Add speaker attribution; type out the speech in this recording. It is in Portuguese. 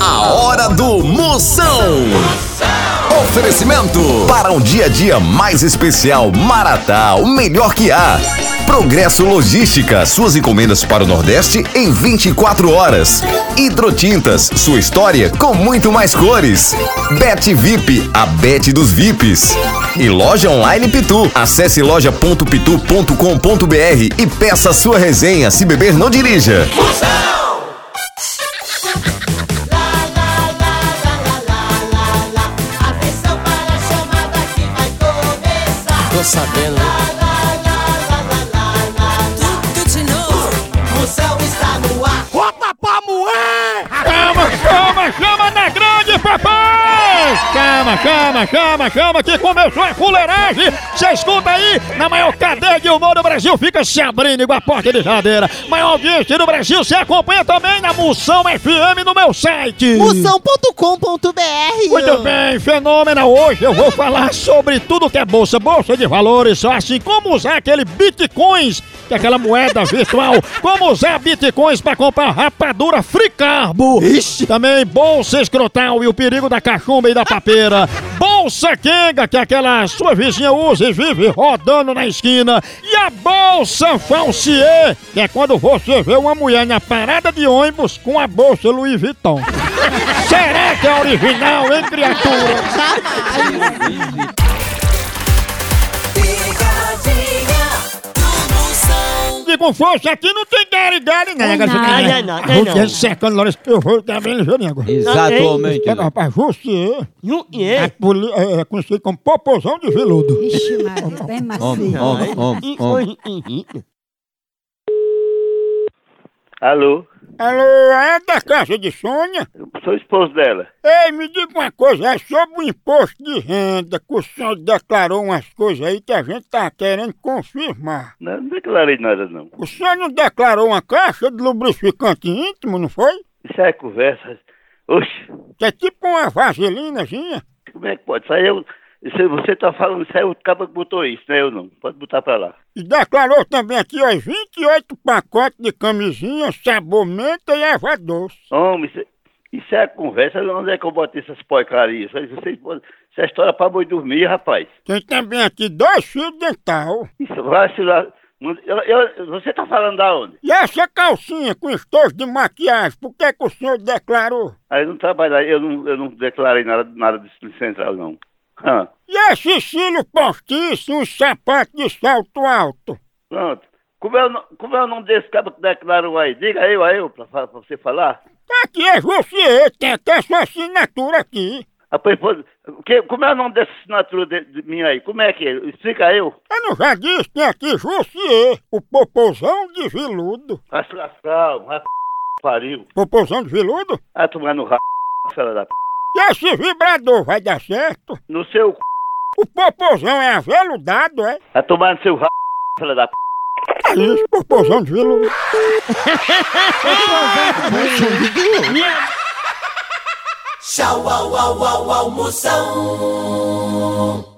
Speaker 1: A hora do Moção. Oferecimento para um dia a dia mais especial. Maratá, o melhor que há. Progresso Logística, suas encomendas para o Nordeste em 24 horas. Hidrotintas, sua história com muito mais cores. Bet VIP, a Bet dos VIPs. E loja online Pitu. Acesse loja.pitu.com.br e peça sua resenha. Se beber, não dirija.
Speaker 2: Atenção para a chamada que vai começar.
Speaker 3: Tô sabendo, né?
Speaker 2: Tudo de novo. Moção está no ar.
Speaker 4: Bota pra moer! Calma, calma, chama na grande, papai! Calma, calma, calma, calma, que começou a fuleiragem! Você escuta aí, na maior cadeia de humor do Brasil, fica se abrindo igual a porta de jadeira. Maior audiência do Brasil, se acompanha também na Moção FM no meu site.
Speaker 5: Moção.com.br.
Speaker 4: Muito bem, fenômeno. Hoje eu vou falar sobre tudo que é bolsa, bolsa de valores, só assim como usar aquele bitcoins, que é aquela moeda virtual, como usar bitcoins para comprar rapadura free carbo. Ixi. Também bolsa escrotal e o perigo da cachumba e da papeira. Bolsa Kenga, que é aquela sua vizinha usa e vive rodando na esquina. E a bolsa falsier, que é quando você vê uma mulher na parada de ônibus com a bolsa Louis Vuitton. Será que é original, hein, criatura?
Speaker 2: Picadinha do Moção.
Speaker 4: De com força aqui não tem garigari, não, né,
Speaker 5: Não, é
Speaker 4: galera?
Speaker 5: não, não,
Speaker 4: A Ruth
Speaker 5: não.
Speaker 4: Ele cercando Lourenço, eu vou dar bem ligeirinho
Speaker 3: Exatamente.
Speaker 4: agora. Rapaz, você
Speaker 5: Não,
Speaker 4: é,
Speaker 5: é.
Speaker 4: poli- é, é conhecido como popozão de veludo.
Speaker 6: Ixi, Maria, bem
Speaker 3: Homem,
Speaker 6: macio.
Speaker 3: homem, homem, homem.
Speaker 7: Alô,
Speaker 4: Ela é da casa de Sônia?
Speaker 7: eu sou o esposo dela.
Speaker 4: Ei, me diga uma coisa, é sobre o imposto de renda, que o senhor declarou umas coisas aí que a gente tá querendo confirmar.
Speaker 7: Não, não declarei nada, não.
Speaker 4: O senhor não declarou uma caixa de lubrificante íntimo, não foi?
Speaker 7: Isso é conversa. Oxe,
Speaker 4: Que é tipo uma vaselinazinha.
Speaker 7: como é que pode? Isso aí eu, isso, você tá falando, isso aí o cabo que botou isso, não é eu não. Pode botar pra lá.
Speaker 4: E declarou também aqui, ó, 28 pacotes de camisinha, sabor menta e erva doce.
Speaker 7: Homem, isso, isso é conversa, onde é que eu botei essas porcarias? Isso, aí, vocês podem- isso é história pra boi dormir, rapaz.
Speaker 4: Tem também aqui dois fios dental.
Speaker 7: Isso vai se lá. Manda- eu- eu- você tá falando da onde?
Speaker 4: E essa calcinha com estojo de maquiagem, por que, que o senhor declarou?
Speaker 7: Aí eu não trabalhei, eu não, eu não declarei nada, nada disso no central, não. Ah. Hã,
Speaker 4: E esse cílio postiço, um sapato de salto alto.
Speaker 7: pronto. Como é, o, no- como é o nome desse cabo que declarou aí? Diga aí, aí, pra, fa- pra você falar.
Speaker 4: Tá aqui é você, tem até sua assinatura aqui.
Speaker 7: Rapaz, pô, que, como é o nome dessa assinatura de, de minha aí? Como é que é? Explica aí, ô.
Speaker 4: Eu não já disse, tem aqui Jussier, o popozão de viludo.
Speaker 7: Castração, a p... um pariu.
Speaker 4: Popozão de viludo?
Speaker 7: A tomar no r... fela da p...
Speaker 4: E esse vibrador vai dar certo?
Speaker 7: No seu c...
Speaker 4: O popozão é aveludado, é?
Speaker 7: A tomar no seu r... fela da p...
Speaker 4: Isso, popozão de veludo.
Speaker 2: Tchau, au, au, au, au, Moção.